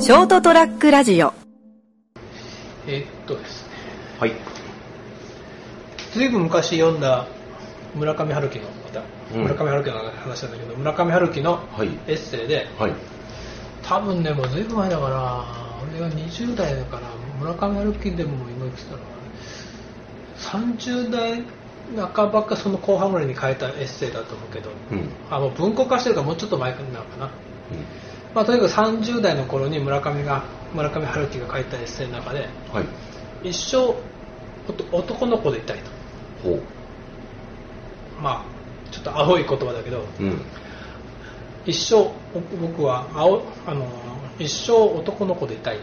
ショートトラックラジオえーっとですね、はい。ずいぶん昔読んだ村上春樹の、また、うん村上春樹の話なんだけど、村上春樹のはいエッセイで、はい。多分ね、もうずいぶん前だから、俺が20代だから、村上春樹でも今言ってたのは、ね、30代半ばかその後半ぐらいに書いたエッセイだと思うけど、うん。うん。あもう文庫化してるからもうちょっと前なのかな。まあ、とにかく30代の頃に村上が村上春樹が書いたエッセイの中で、はい。一生おと男の子でいたいとほう。まあちょっと青い言葉だけどうん。一生お僕は青あの一生男の子でいたい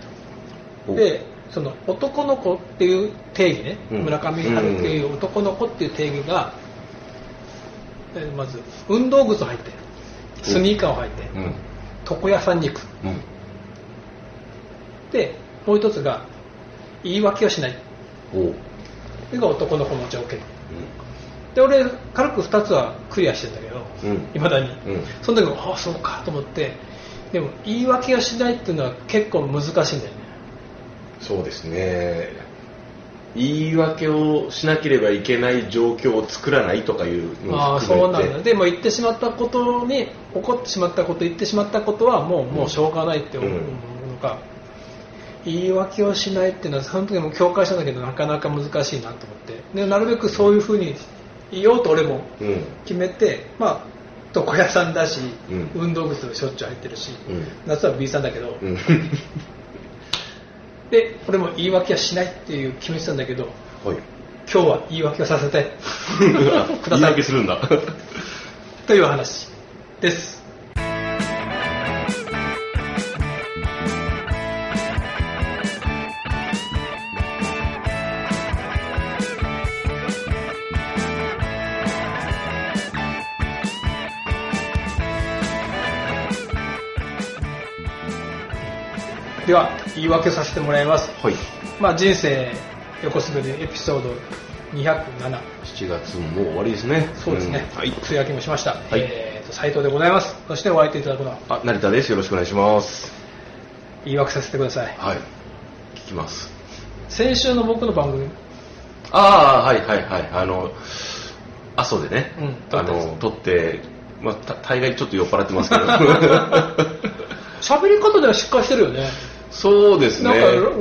とほうで、その男の子っていう定義ね、うん村上春樹いう男の子っていう定義が、えまず運動靴を履いてスニーカーを履いてうん。床屋さんに行くうん。でもう一つが言い訳をしないほう。これが男の子の条件で俺軽く2つはクリアしてんだけどうん。うん。いまだに、うんその時もああそうかと思ってでも言い訳をしないっていうのは結構難しいんだよねそうですね。言い訳をしなければいけない状況を作らないとかいうのあをあそうなんだてでも言ってしまったことに怒ってしまったこと言ってしまったことはもうもうしょうがないって思うのか、言い訳をしないっていうのはその時も共感したんだけどなかなか難しいなと思ってでなるべくそういうふうに言おうと俺もうん。決めてまあ床屋さんだし、うん運動靴しょっちゅう入ってるし、うん夏は B さんだけど、うん。で俺も言い訳はしないっていう決めてたんだけど はい。今日は言い訳をさせてくだ言いさ訳いするんだ。という話ですでは言い訳をさせてもらいますはい。まあ、人生横滑りエピソード207 7月ももう終わりですね。そうですね、んはい。つぶやきもしました、いえーと斉藤でございますそしてお会いいただくのはあ、成田です。よろしくお願いします。言い訳させてくださいはい。聞きます。先週の僕の番組ああ、はいはいはい。あの、阿蘇でね、うん撮あったやつの、撮って、まあ、た大概ちょっと酔っ払ってますけ ど。喋り方ではしっかりしてるよねそうですね。なんか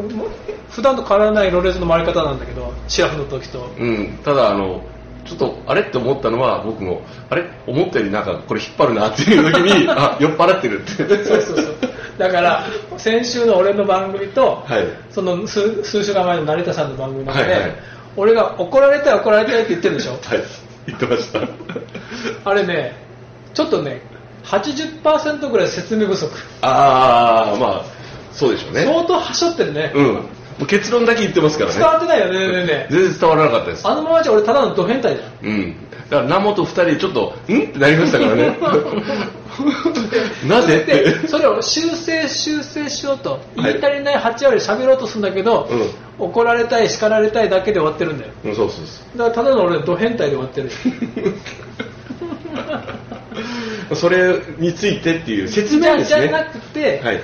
普段と変わらないロレスの回り方なんだけどシラフの時とうん、ただあの、ちょっとあれって思ったのは僕も、あれ思ったよりなんかこれ引っ張るなっていう時 に、あ、酔っ払ってるって。そうそうそうだから先週の俺の番組と、はい。その数数週間前の成田さんの番組の中で、はいはい俺が怒られたい怒られたいって言ってるでしょはい。言ってました。あれね、ちょっとね、80%ぐらい説明不足。ああ、まあ、そうでしょうね。相当はしょってるね。うん。もう結論だけ言ってますからね伝。わってないよね、全然ね。全然伝わらなかったです。あのままじゃ俺ただのド変態じゃん。うん。だから、ナモと二人でちょっと、んってなりましたからね。 なぜって。で、それを修正、修正しようと。言い足りない8割喋ろうとするんだけど、う怒られたい、叱られたいだけで終わってるんだよ。うん、そうそうそだからただの俺ド変態で終わってるよ。う。それについてっていう 説明でじすゃじね。ゃなくて、はい。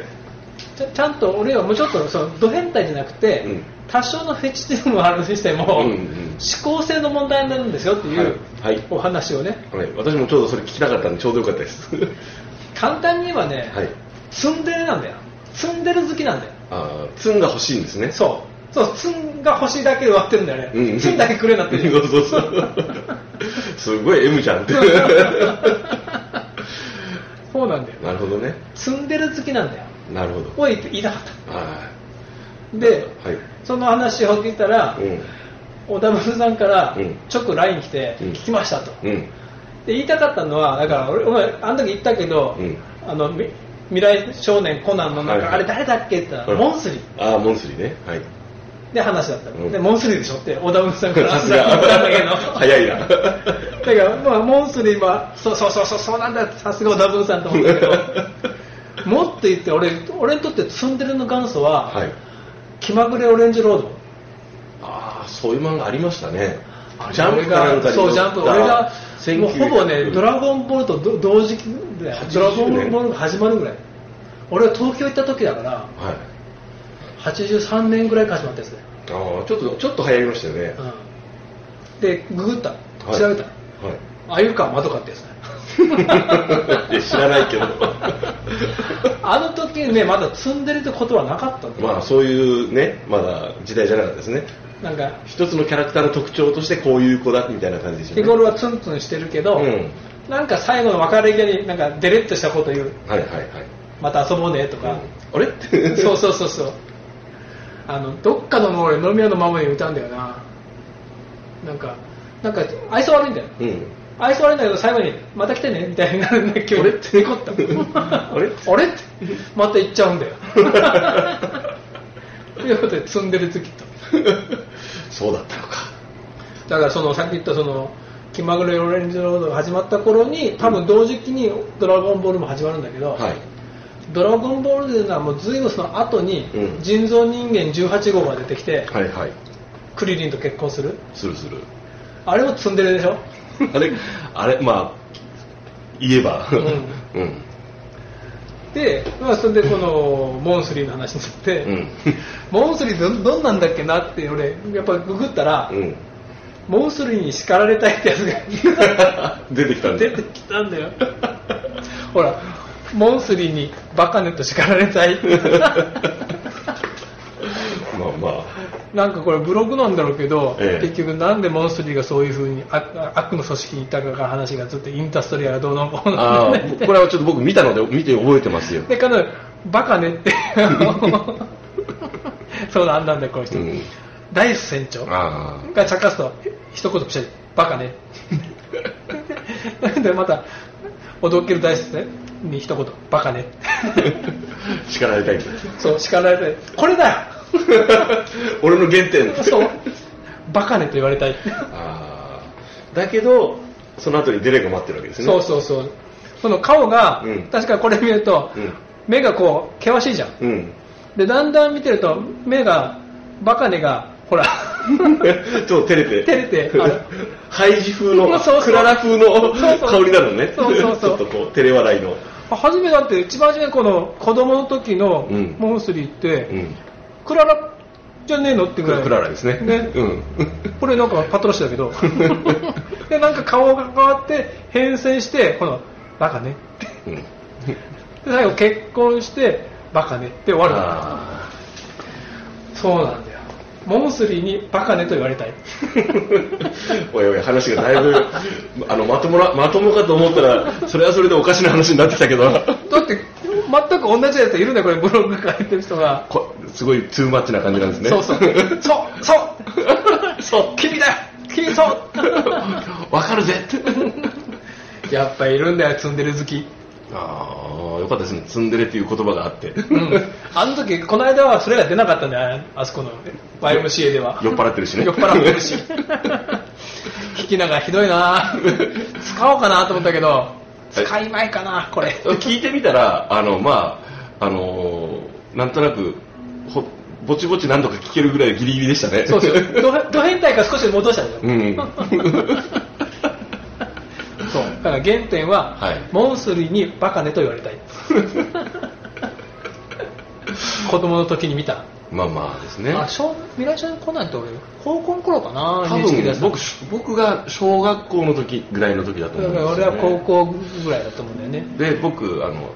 ちゃちゃんと俺はもうちょっとそのド変態じゃなくて、うん多少のフェチティズムはあるにしても、うんうん思考性の問題になるんですよっていう、はいはいお話をねはい、私もちょうどそれ聞きたかったんで、ちょうどよかったです。簡単に言えばね、はい。ツンデレなんだよツンデレ好きなんだよあーツンが欲しいんですね。そうそうツンが欲しいだけで終わってるんだよね、ツンだけくれなってる そうそうそう。すごい M じゃんって。 そうなんだよなるほどね。ツンデレ好きなんだよなるほど。を言って言いたかっはたでい。はい。その話を聞いたら、うん。小田丸さんからうん直 LINE 来て、うん聞きましたと、うん。で言いたかったのはだから俺お前あの時言ったけど、うんあのみ未来少年コナンの中、はいはいあれ誰だっけって言ったら、うんモンスリーああ、モンスリーね。はい。で話だったの、うんでモンスリーでしょって小田文さんから さ話すだが。ったんだけど早いな。だから、まあ、モンスリーはそうそうそうそうそうなんださすが小田文さんと思った けどもっと言って俺俺にとってツンデレの元祖は、はい。気まぐれオレンジロードああ、そういう漫画ありましたね。ジジャンプかなんかに載ったそうジャンプ俺がもうほぼね1900ドラゴンボールとど同時期で80ドラゴンボールが始まるぐらい俺は東京行った時だからはい83年ぐらいから始まったやつだよ、ああちょっとちょっと流行りましたよね、うん、でググったはい調べた、はいあゆかまどかってやつ だよい や知らないけどあの時ねまだ積んでるってことはなかったんだよ、まあそういうねまだ時代じゃなかったですねなんか一つのキャラクターの特徴としてこういう子だみたいな感じです日よね頃はツンツンしてるけど、うんなんか最後の別れ際になんかデレッとしたこと言うはいはいはい、また遊ぼうねとうんか、あれ ってそうそうそうそうあのどっかの俺飲み屋のママに歌うんだよななんかなんか愛想悪いんだようん愛想悪いんだけど最後にまた来てねみたいになるんだけど俺ってこった あれあれってまた行っちゃ うんだよということで積んでる時とそうだったのかだからそのさっき言ったその気まぐれオレンジロードが始まった頃に多分同時期にドラゴンボールも始まるんだけど、はいドラゴンボールというのはもう随分その後にうん人造人間18号が出てきて、はいはいクリリンと結婚するするするあれもツンデレでしょあれ あれまあ言えばうん うんで、まあ、それでこのモンスリーの話になって、うんモンスリーどどんなんだっけなって俺やっぱググったら、うん モンスリーに叱られたいってやつ出てきたがんだ出てきたんだ よほらモンスリーにバカねと叱られたい まあまあなんかこれブログなんだろうけど、ええ結局なんでモンスリーがそういうふうに悪悪の組織にいたかが話がずっとインタストリアがどうのこうあ のあこれはちょっと僕見たので見て覚えてますよで彼女バカねって そうだあんなんだよこの人、うんダイス船長あが茶化すと一言ピシャリバカね でまたおどけるダイスねに一言バカねあ叱られたい んだそう叱られてこれだ俺の原点よそうバカねと言われたいああだけどその後にデレが待ってるわけですねそうそうそうその顔が、うん確かこれ見ると、うん目がこう険しいじゃんうん でだんだん見てると目がバカねがほ らちょっと照れて照れてあの ハイジ風のそうそうクララ風のそうそう香りなのねそうそうそう ちょっとこう照れ笑いの初めだって一番初めこの子供の時のうんモンスリーって、うんクララじゃねえのってクぐらラいクララですねねうんこれなんかパトロシだけ どでなんか顔が変わって変遷してこのバカねってうんで最後結婚してバカねって終わるんだあそうなんだよモンスリーにバカねと言われ たいー おいおい話がだいぶあのまともなまともかと思ったらそれはそれでおかしな話になってきたけどだって全く同じやついるんだよこれブログ書いてる人が、こすごいトゥーマッチな感じなんですねそう そうそうそうそう君だよ君 そう わかるぜってやっぱいるんだよツンデレ好きああよかったですねツンデレっていう言葉があってうんあの時この間はそれが出なかったんだよあそこの YMCA では酔っ払ってるしね酔っ払ってる し聞きながらひどいな使おうかなと思ったけど使いまいかなこれ 聞いてみたらあのまああのーなんとなくほぼちぼち何度か聞けるぐらいギリギリでしたねそうですよドド変態から少し戻したんです うよ、ん そうだから原点は、はいモンスリーにバカねと言わ れたい子供の時に見たまあまあですねあ小未来少年コナンって俺高校の頃かな多 NHK でやっ分てた僕僕が小学校の時ぐらいの時だと思だうんかですらよ、ね、俺は高校ぐらいだと思うんだよねで僕あの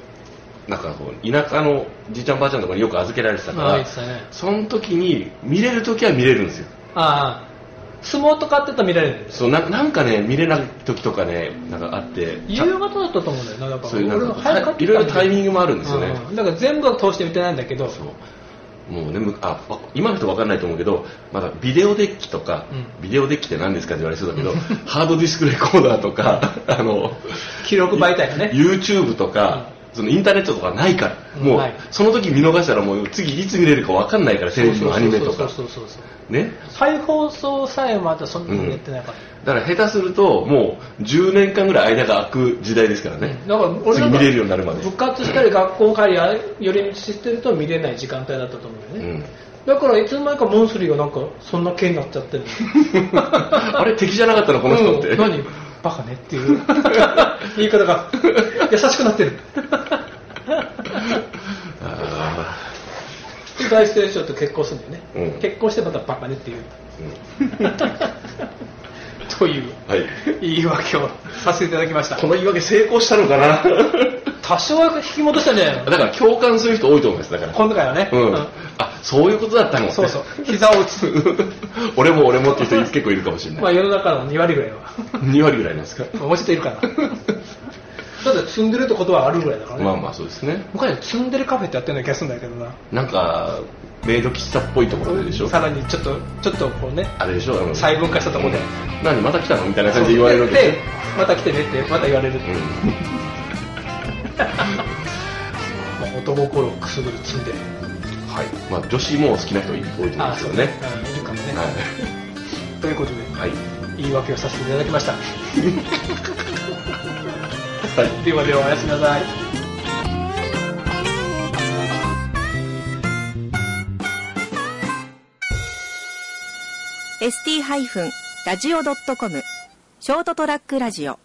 なんかこう田舎のじいちゃんばあちゃんのとかによく預けられてたかああら言ってたねその時に見れる時は見れるんですよああ相撲とかってたら見られるんですそうななんかね見れない時とかねなんかあって夕方だったと思うんだよなだからそういうなん俺かも早く帰っていろいろタイミングもあるんですよね、うんだから全部は通して見てないんだけどそうもうねむあわ今の人分かんないと思うけどまだビデオデッキとか、うんビデオデッキって何ですかって言われそうだけど ハードディスクレコーダーとかあの記録媒体がね YouTube とか、そのインターネットとかないから、うんもう、ないその時見逃したらもう次いつ見れるか分かんないからテレビのアニメとかそうそうそうそうね再放送さえまだそんなにやってないから、だから下手するともう10年間ぐらい間が空く時代ですからね、だから俺次なん見かれるようになるまで部活したり学校帰りあ寄り道してると見れない時間帯だったと思うんだようね、ん だからいつの間にかモンスリーがなんかそんな系になっちゃってるあれ敵じゃなかったのこの人って、うん何バカねって いう言い方が優しくなってる愛してる人と結婚するんだよね、うん結婚してまたバカねっていううん というはい。言い訳をさせていただきましたこの言い訳成功したのかな多少は引き戻したんじゃないのだから共感する人多いと思います、だから。今度からね、ううんん。あ、そういうことだったのそうそう膝を打つ 俺も俺もっていう人結構いるかもしれまなあい。世の中の2割ぐらいは2割ぐらいなんですか。もうちょっとい るかなただ積んでるってことはあるぐらいだからね、まあまあそうですね。昔は積んでるカフェってやってるような気がするんだけどななんか、メイド喫茶っぽいところでしょ。さらにちょっとちょっとこうねあれでしょあの細分化したとこでうん何また来たのみたいな感じで言われるわけででまた来てねってまた言われるってしょ。まあ男心をくすぐる積んでるはいうんまあ女子も好きな人多いと思いあまあすそようねね。うんいるかもね、はということでい。はい。言い訳をさせていただきました はい。ではではおやすみなさい ST-radio.com ショートトラックラジオ